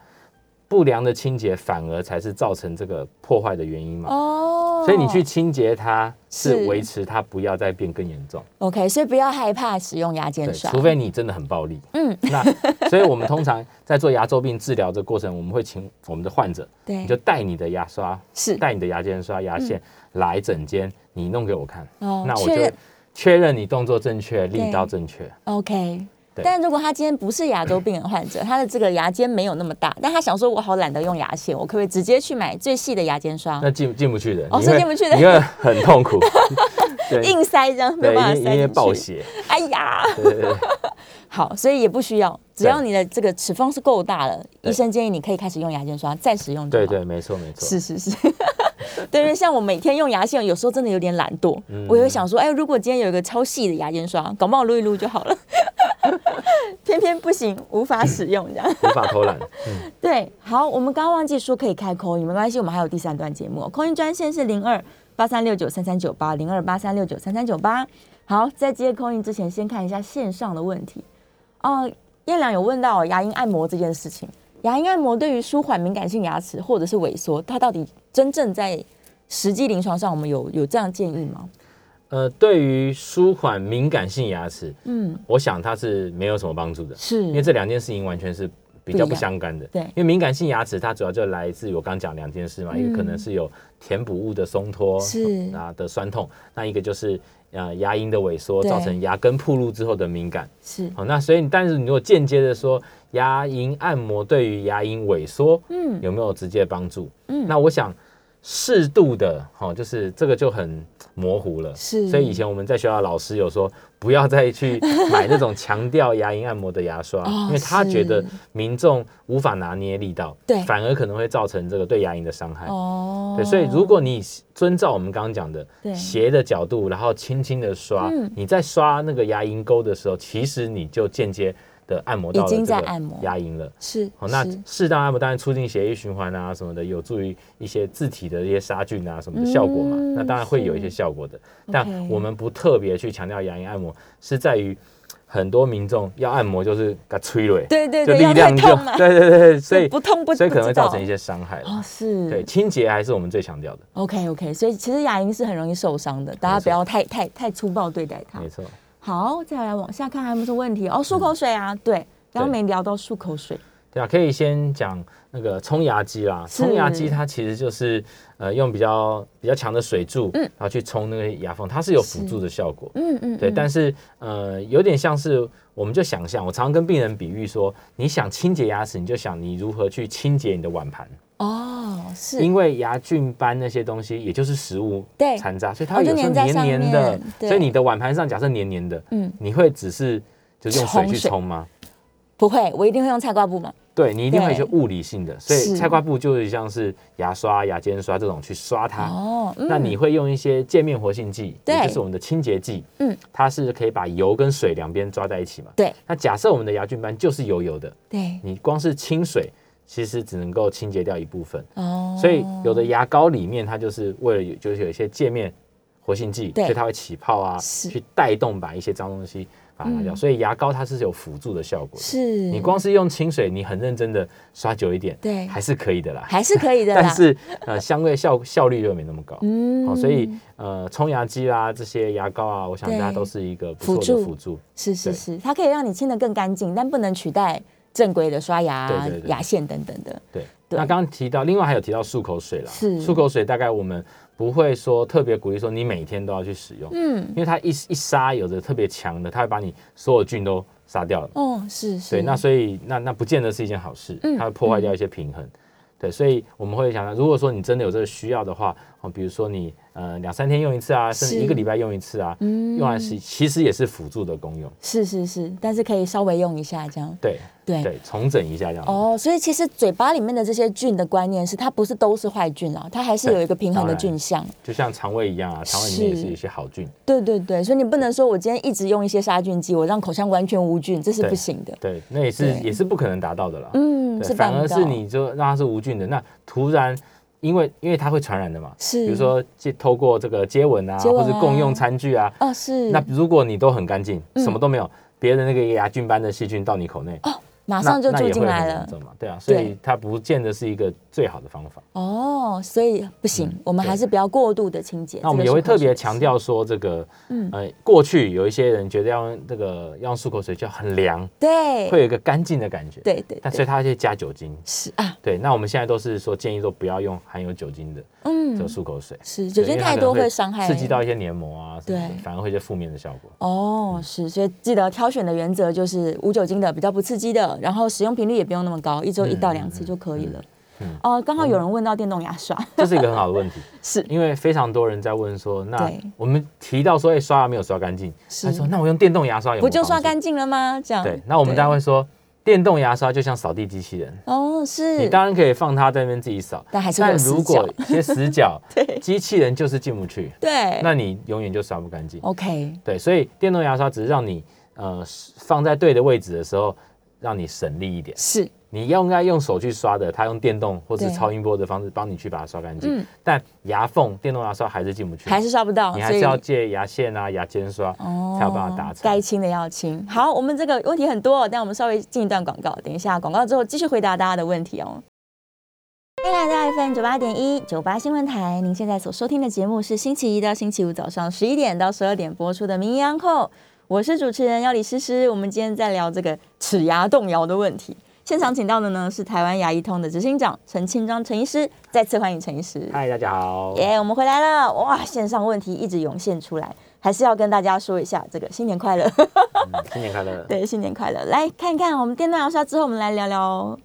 不良的清洁反而才是造成这个破坏的原因嘛。
哦，
所以你去清洁它，
是
是维持它不要再变更严重。
OK，所以不要害怕使用牙尖
对，
刷，
除非你真的很暴力。
嗯，
那所以我们通常在做牙周病治疗的过程，我们会请我们的患者，
对
你就带你的牙刷，
是
带你的牙尖刷、牙线来整间，你弄给我看。
嗯哦
那我
确认哦
就确认你动作正确，力道正确。
OK。
对
但如果他今天不是牙周病的 患者，他的这个牙尖没有那么大，但他想说，我好懒得用牙线，我可不可以直接去买最细的牙尖刷，
那进进不去的，
哦
你
是
会
进不去的
你会很 痛苦。对
硬塞这样没有办
对，
法
因为因为
塞
爆
进去？
血。
哎呀，
对对对，
好，所以也不需要，只
对
要你的这个齿缝是够大了，
对
医生建议你可以开始用牙尖刷，再使用就好。
对对，没错没错。
是是 是，对，因为像我每天用牙线，有时候真的有点懒惰，
嗯
我也会想说，哎，如果今天有一个超细的牙尖刷，搞不好撸一撸就好了， 偏偏不行，无法使用这样。
无法偷懒。
对，好，我们刚刚忘记说可以开扣音，没关系，我们还有第三段节目哦，扣音专线是零二八三六九三三九八零二八三六九三三九八。好，在接扣音之前，先看一下线上的问题。哦、燕良有问到牙龈按摩这件事情，牙龈按摩对于舒缓敏感性牙齿或者是萎缩，它到底真正在实际临床上，我们有有这样建议吗？
呃，对于舒缓敏感性牙齿，
嗯，
我想它是没有什么帮助的，
是，
因为这两件事情完全是比较不相干的。
对嗯
因为敏感性牙齿它主要就来自于我刚讲两件事嘛，一个可能是有填补物的松脱，
是
啊的酸痛，那一个就是呃牙龈的萎缩
对
造成牙根暴露之后的敏感。
是，
好，那所以你但是你如果间接的说牙龈按摩对于牙龈萎缩，
嗯
有没有直接帮助？
嗯
那我想适度的，好、就是这个就很模糊了。
是
所以以前我们在学校的老师有说，不要 再去买那种强调牙龈按摩的牙刷，
哦
因为他觉得
是
民众无法拿捏力道，
对
反而可能会造成这个对牙龈的伤害。
哦，
对，所以如果你遵照我们刚刚讲的
对
斜的角度，然后轻轻的刷，
嗯
你在刷那个牙龈沟的时候，其实你就间接的按摩到
已
了这
经
个
在按摩
牙龈了。
是
好，哦那
是
适当按摩当然促进血液循环啊什么的，有助于一些自体的一些杀菌啊什么的效果嘛。
嗯
那当然会有一
是
些效果的，
OK
但我们不特别去强调牙龈按摩，是在于很多民众要按摩就是给催泪，
对对
就
对，
力
要太
量就
痛了，
对对对对，所以
不痛不
所以可能
不
会
知道
造成一些伤害。
哦，是
对，清洁还是我们最强调的，
，OK OK，所以其实牙龈是很容易受伤的，大家
没错
不要太太太粗暴对待它
没。错。
好，再来往下看还有没有什么问题哦，漱口水啊，对，刚刚
对
没聊到漱口水，
对啊，可以先讲那个冲牙机啦。
是
冲牙机它其实就是呃用比较比较强的水柱，
嗯
然后去冲那个牙缝，它是有辅助的效果。
嗯嗯，
对，
嗯
但是呃，有点像是我们就想象，我常常跟病人比喻说，你想清洁牙齿，你就想你如何去清洁你的碗盘，
哦是，
因为牙菌斑那些东西，也就是食物
对
残渣，所以
哦
它有
就
时
粘
候
在上
黏黏的
面，对
所以你的碗盘上假设黏黏的，
嗯
你会只是就是用水
冲
去
水
冲吗？
不会，我一定会用菜瓜布嘛，
对你一定会有一些
对
物理性的，所
是
以菜瓜布就是像是牙刷、牙尖刷这种去刷它。
哦，嗯
啊那你会用一些界面活性剂，
对
也就是我们的清洁剂，
嗯，
它是可以把油跟水两边抓在一起嘛。
对
那假设我们的牙菌斑就是油油的，
对
你光是清水其实只能够清洁掉一部分，
哦，
所以有的牙膏里面它就是为了有就是有一些界面活性剂，
对
所以它会起泡啊，
是
去带动把一些脏东西把它拿掉，
嗯
所以牙膏它是有辅助的效果的。
是
你光是用清水，你很认真的刷久一点，
对
还是可以的啦。
还是可以的啦，
但是呃，相对效效率就没那么高。
嗯
哦，所以呃，冲牙机啦，这些牙膏啊，我想
对
大家都是一个不
辅
错的
助
辅助。
是是
对
是，它可以让你清得更干净，但不能取代正规的刷牙、
对对对
牙线等等的。
对，
对
那刚刚提到，另外还有提到漱口水啦，
是
漱口水大概我们不会说特别鼓励说你每天都要去使用，
嗯
因，为它一一杀有着特别强的，它会把你所有菌都杀掉了。
哦，是是，
对，那所以那那不见得是一件好事，
嗯
它会破坏掉一些平衡。对，所以我们会想到，如果说你真的有这个需要的话，哦，比如说你呃两三天用一次啊，甚至
是
一个礼拜用一次啊，
嗯
用来是其实也是辅助的功用。
是是是，但是可以稍微用一下这样。
对
对
对，重整一下这样子。
哎哦，所以其实嘴巴里面的这些菌的观念是，它不是都是坏菌啊啦，它还是有一个平衡的
对当然
菌相。
就像肠胃一样啊，肠胃里面也
是
是有一些好菌。
对对对，所以你不能说我今天一直用一些杀菌剂，我让口腔完全无菌，这是
对
不行的。
对，那也是
对
也是不可能达到的啦。
嗯，
对
是
反
办
而
不
是
到
你就让它是无菌的，那突然因为因为它会传染的嘛，
是，
比如说接透过这个接吻啊，
接吻啊
或是共用餐具啊，
哦是，
那如果你都很干净，
嗯哦
什么都没有，别人那个牙菌斑的细菌到你口内，
马
马
上就住进来了。
嘛，对啊，所
对
以它不见得是一个最好的方法。
哦，所以不行，我们
嗯对
还是不要过度的清洁。
那我们
这
也
个
会
漱口
特
水是
别强，调说，这个
嗯
呃，过去有一些人觉得要用这个要用漱口水就很凉，
对，
会有一个干净的感觉，
对对
但所
对，
以它会加酒精。
是啊，
对，那我们现在都是说建议说不要用含有酒精的这个
嗯，
漱口水，
是酒
对因
精
为它
太
可能
多会伤害
刺激到一些黏膜啊，什么的
对
反而会有一些负面的效果。
哦，是，所以记得挑选的原则就是无酒精的，比较不刺激的，然后使用频率也不用那么高，一周一到两次就可
嗯
以了。哦，刚好有人问到电动牙刷，
这是一个很好的问题，
是
因为非常多人在问说，那
对
我们提到说，哎、刷牙没有刷干净，
是
他说，那我用电动牙刷有没有
不就刷
帮助
干净了吗？这样
对，那我们待
对
会说，电动牙刷就像扫地机器人，
哦，
你
是，
当然可以放它在那边自己扫，
但还是会有
但
死
如
角，
果，一些死角
对
机器人就是进不去，
对，
那你永远就刷不干净。
OK，
对，所以电动牙刷只是让你呃放在对的位置的时候，让你省力一点。
是
你要应该用手去刷的，它用电动或是
对
超音波的方式帮你去把它刷干净。
嗯
但牙缝电动牙刷还是进不去，
还是刷不到，
你还
哦所
是
以。
要借牙线啊、牙尖刷、
哦
才有办法达成。
该清的要清。好，我们这个问题很多哦，但我们稍微进一段广告，等一下广告之后继续回答大家的问题哦。欢迎来到 FM 九八点一九八新闻台，您现在所收听的节目是星期一到星期五早上十一点到十二点播出的《名医央叩》，我是主持人要李诗诗。我们今天在聊这个齿牙动摇的问题。现场请到的呢是台湾牙医通的执行长陈清章陈医师，再次欢迎陈医师。
嗨，大家好。
耶我们回来了！哇，线上问题一直涌现出来，还是要跟大家说一下这个新年 快乐。
嗯新年快乐。
对，新年快乐！来看看我们电动牙刷之后，我们来聊聊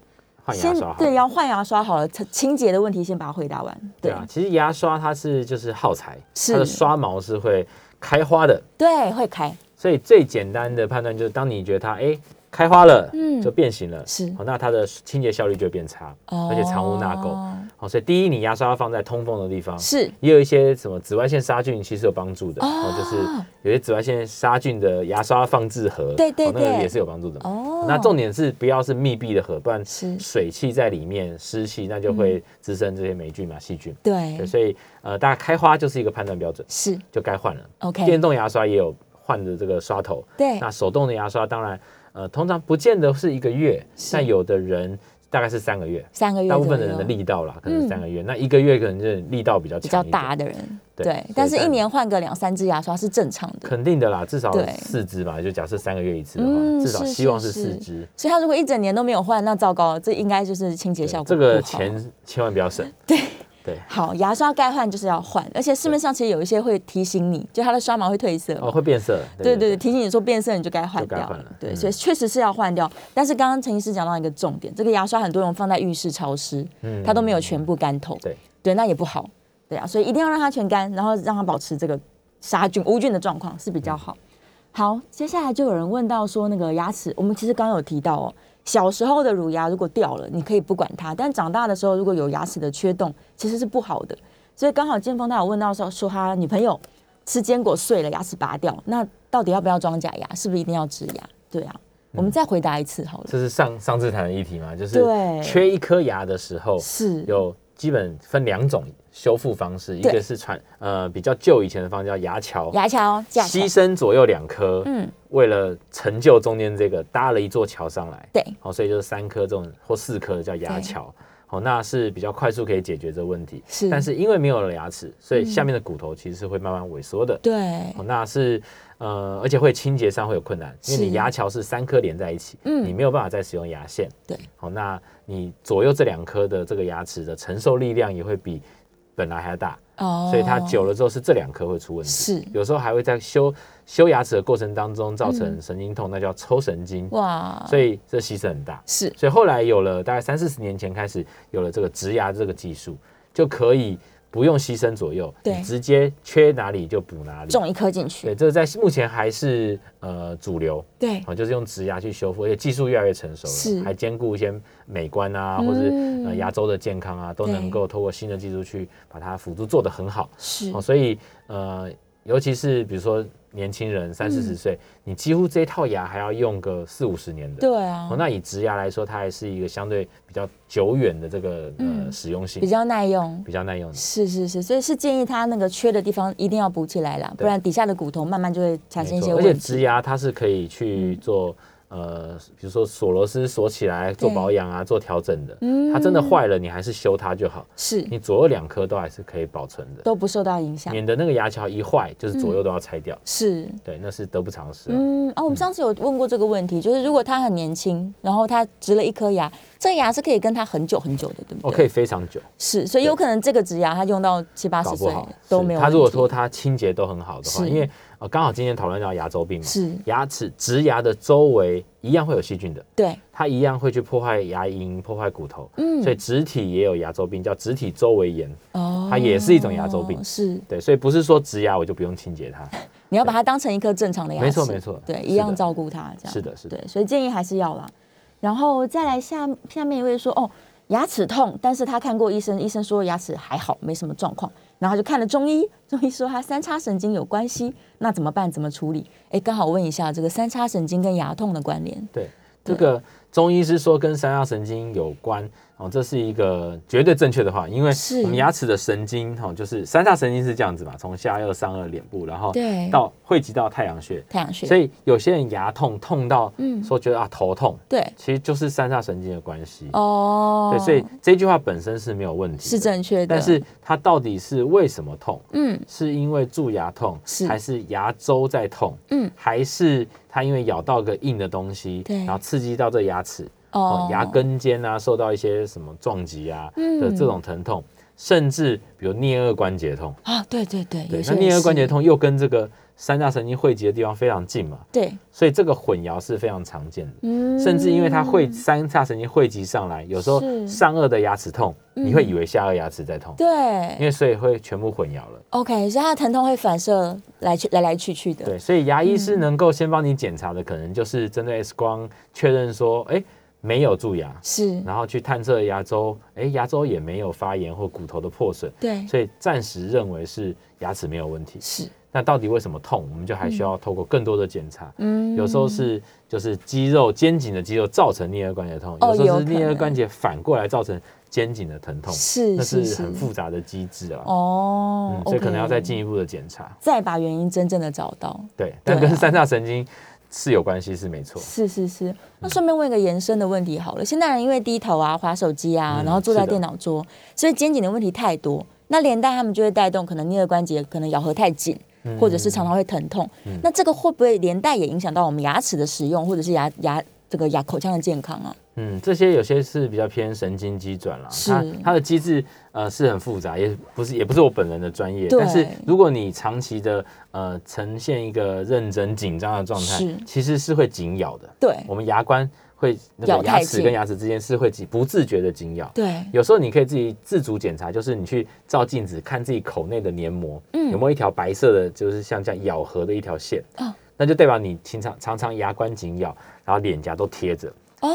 换牙刷好了。
对，要换牙刷好了，清清洁的问题先把它回答完。
对啊，其实牙刷它是就是耗材，
是
它的刷毛是会开花的，
对，会开，
所以最简单的判断就是，当你觉得它哎开花了，
嗯
就变形了，
是
哦，那它的清洁效率就会变差，
哦
而且藏污纳垢。嗯哦，所以第一，你牙刷要放在通风的地方，
是
也有一些什么紫外线杀菌其实有帮助的，
哦
哦，就是有些紫外线杀菌的牙刷放置盒，
对对
哦那个
对
也是有帮助的嘛。
哦
那重点是不要是密闭的盒，不然
是嗯
水汽在里面，湿气那就会滋生这些霉菌嘛、细菌。对，
对
所以呃，大家开花就是一个判断标准，
是
就该换了。
OK，
电动牙刷也有换的这个刷头，
对
那手动的牙刷当然呃，通常不见得是一个月，
是
但有的人大概是三个月。
三个月
大部分
左
的人的
右
力道啦，可能
嗯
是三个月，那一个月可能就是力道比较
比
比
较大，的人，
对
对
所以，
但是一
但
年换个两三支牙刷是正常的。
肯定的啦，至少
对
四支吧，就假设三个月一次的
嗯
话，至少
是
希望
是
是
是
四支。
所以他如果一整年都没有换，那糟糕了，这应该就是清洁效果
这个
不好
钱千万不要省，
好，牙刷该换就是要换，而且市面上其实有一些会提醒你，就它的刷毛会褪色嘛
哦，会变色。
对对对，提醒你说变色，你就该换
就该
掉
换
了
了。
对，
嗯
所以确实是要换掉。但是刚刚陈医师讲到一个重点，这个牙刷很多人放在浴室潮湿，
嗯
它都没有全部干透。
对
对，那也不好。对啊，所以一定要让它全干，然后让它保持这个杀菌无菌的状况是比较好。
嗯
好，接下来就有人问到说，那个牙齿，我们其实刚刚有提到哦，小时候的乳牙如果掉了，你可以不管它，但长大的时候如果有牙齿的缺洞，其实是不好的。所以刚好建峰他有问到说，说他女朋友吃坚果碎了，牙齿拔掉，那到底要不要装假牙？是不是一定要植牙？对啊，我
嗯
们再回答一次好了。
这是上上次谈的议题嘛，就是
对
缺一颗牙的时候，
是
有基本分两种修复方式，一
对
个是传呃比较旧以前的方式叫牙桥，
牙桥架起来
牺牲左右两颗，
嗯
嗯，为了成就中间这个搭了一座桥上来，
对
好、所以就是三颗这种或四颗的叫牙桥。好、那是比较快速可以解决这个问题，
是嗯
但是因为没有了牙齿，所以下面的骨头其实是会慢慢萎缩的。
对
哦，那是呃，而且会清洁上会有困难，因为
是
你牙桥是三颗连在一起，
嗯
你没有办法再使用牙线。
对，
好、那你左右这两颗的这个牙齿的承受力量也会比本来还要大，
哦
所以它久了之后是这两颗会出问题。
是
有时候还会在修修牙齿的过程当中造成神经痛，那叫抽神经，
嗯哇，
所以这牺牲很大。
是
所以后来有了大概三四十年前开始有了这个植牙这个技术，就可以不用牺牲左右，
对
你直接缺哪里就补哪里。
种一颗进去
对，，这个在目前还是呃主流，
对
哦，就是用植牙去修复，而且技术越来越成熟
是
了，还兼顾一些美观啊，
嗯
或是呃牙周的健康啊，都能
对
够透过新的技术去把它辅助做得很好。
是
哦，所以呃，尤其是比如说年轻人三
嗯
四十岁，你几乎这一套牙还要用个四五十年的。
对啊
哦，，那以植牙来说，它还是一个相对比较久远的这个呃
嗯
使用性，
比较耐用。
比较耐用的。
是是是，所以是建议他那个缺的地方一定要补起来啦，不
对
然底下的骨头慢慢就会产生
没
一些
错，而
问
且
题。嗯
植牙它是可以去做、呃，比如说锁螺丝锁起来做
对嗯
保养啊，做调整的。它真的坏了，你还是修它就好，
是
你左右两颗都还是可以保存的，
都不受到影响。
免得那个牙桥一坏就是左右都要拆掉。
是，
对，那是得不偿失啊、
嗯，哦，我们上次有问过这个问题，就是如果他很年轻，然后他植了一颗牙，这个牙是可以跟他很久很久的，对不对？
哦，可以非常久。
是，所以有可能这个植牙他用到七八
搞
十
不
岁
好
都
是
没有问
他
题。
如果说他清洁都很好的话，
是
因为呃刚好今天讨论到牙周病嘛，
是
牙齿植牙的周围一样会有细菌的，
对
它一样会去破坏牙龈、破坏骨头，
嗯
所以植体也有牙周病，叫植体周围炎。
哦，
它也是一种牙周病
是
对，所以不是说植牙我就不用清洁它，
你要把它当成一颗正常的牙齿，
没错没错
对，
是
一样
的
照顾它，这样
是的是的
对，所以建议还是要啦。然后再来下下面一位说，哦，牙齿痛，但是他看过医生，医生说牙齿还好，没什么状况，然后他就看了中医， 中医说他三叉神经有关系，那怎么办？怎么处理？哎，刚好问一下这个三叉神经跟牙痛的关联，
对，这个中医是说跟三叉神经有关哦，这是一个绝对正确的话，因为
是
我们牙齿的神经哦，就是三叉神经是这样子嘛，从下颚、上颚、脸部，然后
对
到汇集到太阳穴，
太阳穴，
所
以
以有些人牙痛痛到
嗯
说觉得啊头痛，
对
其实就是三叉神经的关系。
哦，
对，所以这句话本身是没有问题的，
是正确的，
但是它到底是为什么痛？
嗯
是因为蛀牙痛，
是
还是牙周在痛？
嗯，
还是它因为咬到个硬的东西，
对
然后刺激到这牙齿，
哦
哦，牙根尖啊受到一些什么撞击啊
嗯
的这种疼痛，甚至比如颞颌关节痛，
啊，对对对，
对
有，些
那
人
颞颌关节
是，
痛又跟这个三大神经汇集的地方非常近嘛，
对，
所以这个混淆是非常常见的。
嗯
甚至因为它汇三叉神经汇集上来，有时候
是
上颚的牙齿痛，
嗯
你会以为下颚牙齿在痛，因
对
为所以会全部混淆了。
，OK，所以它的疼痛会反射来去来来去去的，嗯
对，所以牙医师能够先帮你检查的，可能就是针对 X 光确认说，哎，没有蛀牙，
是，
然后去探测牙周，哎，牙周也没有发炎或骨头的破损，
对，
所以暂时认为是牙齿没有问题。
是，
那到底为什么痛？我们就还需要透过更多的检查。
嗯
有时候是就是肌肉肩颈的肌肉造成颞颌关节痛，
哦
有时候
有
是
可
颞
能
颌关节反过来造成肩颈的疼痛，
是
那
是
是
是
很复杂的机制啊。
哦
嗯，，所以可能要再
OK
进一步的检查。
再把原因真正的找到。
对，但
对啊
跟三叉神经是有关系，是没错。
是是是，那
嗯
顺便问一个延伸的问题好了。现代人因为低头啊、划手机啊，
嗯
然后坐在
是的
电脑桌，所以肩颈的问题太多。那连带他们就会带动可能颞颌关节可能咬合太紧，
嗯
或者是常常会疼痛。那这个会不会连带也影响到我们牙齿的使用，或者是牙牙这个牙口腔的健康啊？
嗯，这些有些是比较偏神经机转啦，
是
它它的机制呃是很复杂，也不是也不是我本人的专业，
对
但是如果你长期的呃呈现一个认真紧张的状
是
态，其实是会紧咬的。
对
我们牙关会那
咬
个
太
牙齿
近
跟牙齿之间是会紧不自觉的紧咬。
对，
有时候你可以自己自主检查，就是你去照镜子看自己口内的黏膜，
嗯
有没有一条白色的，就是像这样咬合的一条线，
哦
那就代表你经常常常牙关紧咬，然后脸颊都贴着，
哦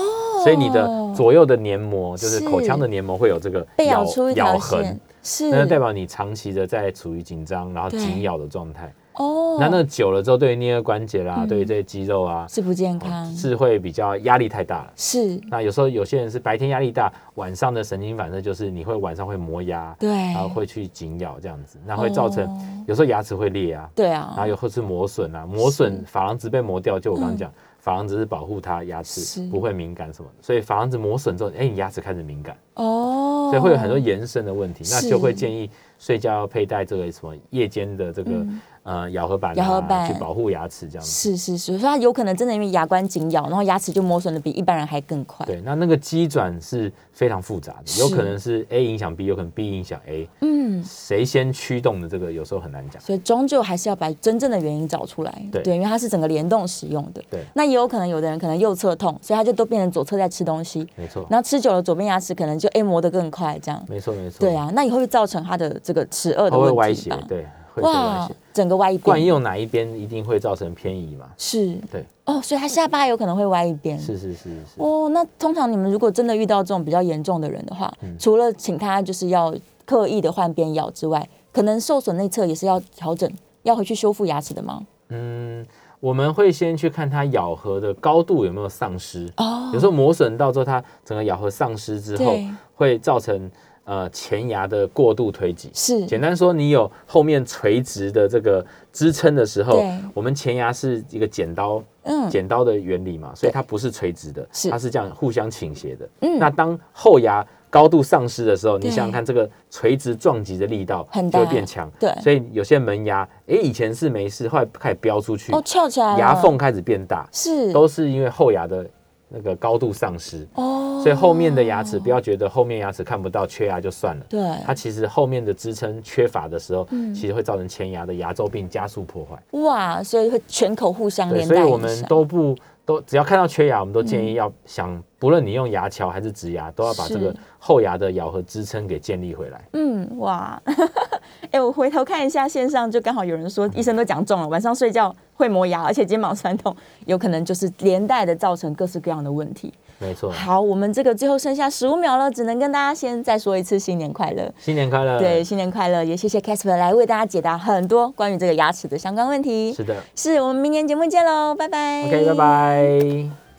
所以你的左右的黏膜，就是
是
口腔的黏膜会有这个
被咬出一条
咬痕
线，，嗯是
那就代表你长期的在处于紧张然后
对
紧咬的状态，
哦，
那那久了之后，对于颞颌关节啦，
嗯
对于这些肌肉啊，
是不健康，
是会比较压力太大了。
是，
那有时候有些人是白天压力大，晚上的神经反射就是你会晚上会磨牙，
对，
然啊后会去紧咬这样子，那会造成
哎哦
有时候牙齿会裂啊，
对
然后
啊，
有或是磨损啊，磨损珐琅质被磨掉，就我刚刚讲，珐琅质是保护它牙齿
嗯是
不会敏感什么的，所以珐琅质磨损之后，哎，你牙齿开始敏感，
哦，
所以会有很多延伸的问题，那
是
就会建议睡觉要佩戴这个什么夜间的这个
嗯
呃咬合板啊，
咬合板
去保护牙齿这样子。
是是是，所以它有可能真的因为牙关紧咬，然后牙齿就磨损的比一般人还更快。
对，那那个机转是非常复杂的，
是
有可能是 A 影响 B，有可能 B 影响 A，
嗯，
谁先驱动的这个有时候很难讲。
所以终究还是要把真正的原因找出来。
对
因为它是整个联动使用的。
对
那也有可能有的人可能右侧痛，所以他就都变成左侧在吃东西，
没错，
然后吃久了左边牙齿可能就哎磨得更快这样。
没错，没错。
对，啊，那以后会造成他的这个齿颚的
它会
问
歪
题
斜
吧？，
对，会会歪
哇
斜。，
整个歪一
惯
边。
用哪一边一定会造成偏移嘛？
是
对，
哦，所以他下巴有可能会歪一边。
是是是是。
哦，那通常你们如果真的遇到这种比较严重的人的话，
嗯
除了请他就是要刻意的换边咬之外，可能受损内侧也是要调整，要回去修复牙齿的吗？
嗯，我们会先去看它咬合的高度有没有丧失，
哦
有时候磨损到之后，它整个咬合丧失之后
对，
会造成呃前牙的过度推挤。
是
简单说，你有后面垂直的这个支撑的时候
对，
我们前牙是一个剪刀
嗯
剪刀的原理嘛，所以它不是垂直的，
是
它是这样互相倾斜的。
嗯
那当后牙高度丧失的时候，你
对
想想看，这个垂直撞击的力道
很
就
大
会变强。
对
所以有些门牙，诶，以前是没事，后来开始飙出去，
哦翘起来了
牙缝开始变大，
是
都是因为后牙的那个高度丧失。
哦，
所以后面的牙齿不要觉得后面牙齿看不到缺牙就算了，
对
它其实后面的支撑缺乏的时候，
嗯
其实会造成前牙的牙周病加速破坏。
哇，所以会全口互相
对，
连
所
带
以
影响，
我们都不都只要看到缺牙，我们都建
嗯
议要想，不论你用牙桥还是植牙，都要把这个
是
后牙的咬合支撑给建立回来。
嗯哇， 哎、我回头看一下线上，就刚好有人
嗯
说医生都讲中了，晚上睡觉会磨牙，而且肩膀酸痛，有可能就是连带的造成各式各样的问题。
没错，
好，我们这个最后剩下十五秒了，只能跟大家先再说一次新年快乐。
新年快乐！
对，，新年快乐！也谢谢 Casper 来为大家解答很多关于这个牙齿的相关问题。
是的
是我们明年节目见喽，拜拜。
，OK，拜。拜。